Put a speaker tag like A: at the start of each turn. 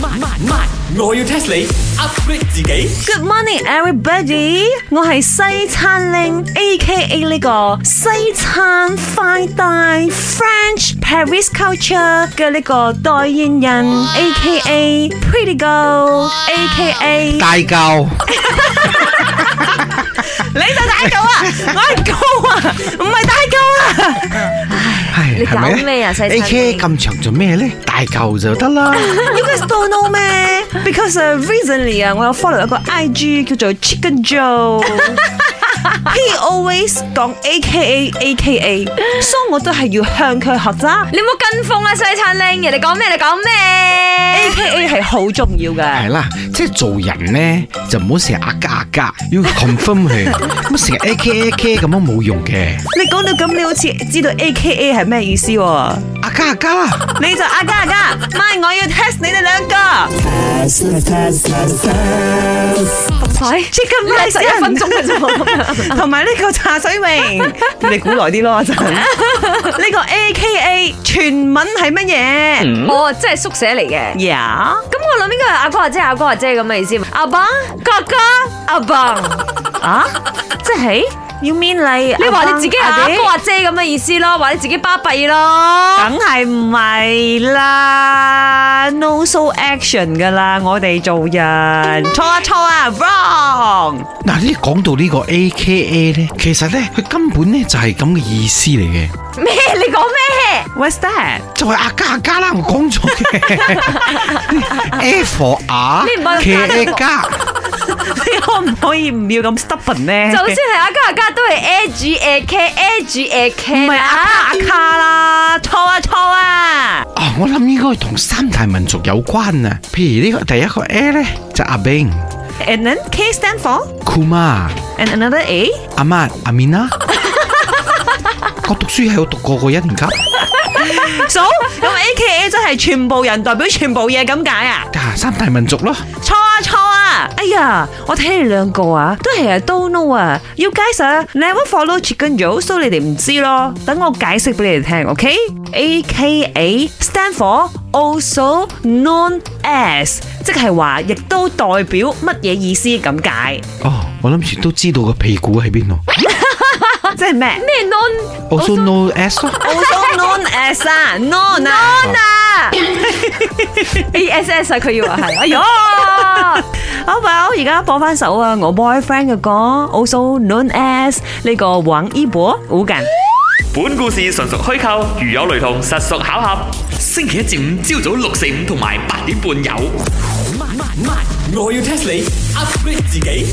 A: 慢慢慢，我要 test 你 upgrade 自己。
B: Good morning, everybody！我係西餐令 A.K.A 呢個西餐快大 French Paris Culture 嘅呢個代言人 A.K.A Pretty Girl A.K.A
C: 大教
B: 你就大狗啊！我係高啊，唔係大狗啊！
C: 係
B: 你
C: 哎係咪
B: 搞咩啊細
C: ？A
B: 親
C: K 咁長做咩咧？大教就得啦。
B: You guys don't know 咩？Because、recently 啊，我有 follow 一個 IG 叫做 Chicken Joe。He always 講 A K A A K A，所以我都係要向佢學習。
D: 你冇跟風啊，西餐拎！人哋講咩你講
B: A
D: 咩？
B: K A 係好重要
C: 係
B: 嘅。
C: 啦，即係做人咧就唔好成日呃家呃家，要 confirm 佢，咁成日 A K A K 咁樣冇用嘅，
B: 你講到咁，你好似知道 A K A 係咩意思喎？
C: 呃家呃家啦。
B: 你就阿家阿家，唔係我要 test 你哋兩個。
D: 哎咁快
B: Chicken
D: 呢個
B: rice
D: 十一分鐘嘅啫，
B: 同埋呢個茶水榮， 你估耐啲咯，真係。呢個 A K A 全文係乜嘢
D: 哦，即係宿舍嚟嘅。
B: 呀
D: 咁我諗應該係阿哥阿姐、阿哥阿姐咁嘅意思，阿爸、哥哥、阿爸，
B: 啊，即係要面你，
D: 你話你自己係阿哥
B: 啊
D: 阿姐咁嘅意思咯，話你自己巴閉咯。
B: 梗係唔係啦，no so action 噶啦，我哋做人錯啊錯啊，wrong。
C: 嗱，呢講到呢個 A K A 咧，其實咧佢根本咧就係咁嘅意思嚟嘅，
D: 咩？你講咩？
B: What's that？
C: 就係呃家呃家啦，我講咗嘅。A for 啊
D: 你唔係
C: ，K
D: 有
C: A
D: 加
C: 加，
B: 你可唔可以唔要咁 stubborn 咧？
D: 就算係阿哥阿姐都係 A G A K A G A K 啊
B: 唔係阿卡阿卡啦，錯啊錯啊！
C: 啊，我諗應該係同三大民族有關啊。譬如呢個第一個 A 咧就阿 Bing、
B: And then K stand for
C: Kuma、
B: and another A。
C: 阿媽、阿 Mina。我讀書係有讀過個一年級，
B: 數咁 A K A 真係全部人代表全部嘢咁解啊？
C: 啊三大民族咯。
B: 錯啊錯啊！哎呀，我睇你兩個啊，都係啊 don't know 啊。要解釋啊，never follow chicken Joe，所以你哋唔知咯。等我解釋俾你哋聽，OK？A K A stand for also known as，即係話亦都代表乜嘢意思咁解？
C: 哦，我諗住都知道個屁股喺邊度。
B: 即係咩
D: 咩 non
C: Also no S 咯。
B: ？also known as 啊，known 啊。
D: 啊 A S S 啊，佢要話 係，哎呀！
B: 好唔好？而家播翻首啊，我 boyfriend 嘅歌，also known as 呢個王一博好緊。
E: 本故事純屬虛構，如有雷同，實屬巧合。星期一至五朝早六四五同埋八點半有。
A: 慢慢慢，我要 test 你 upgrade 自己。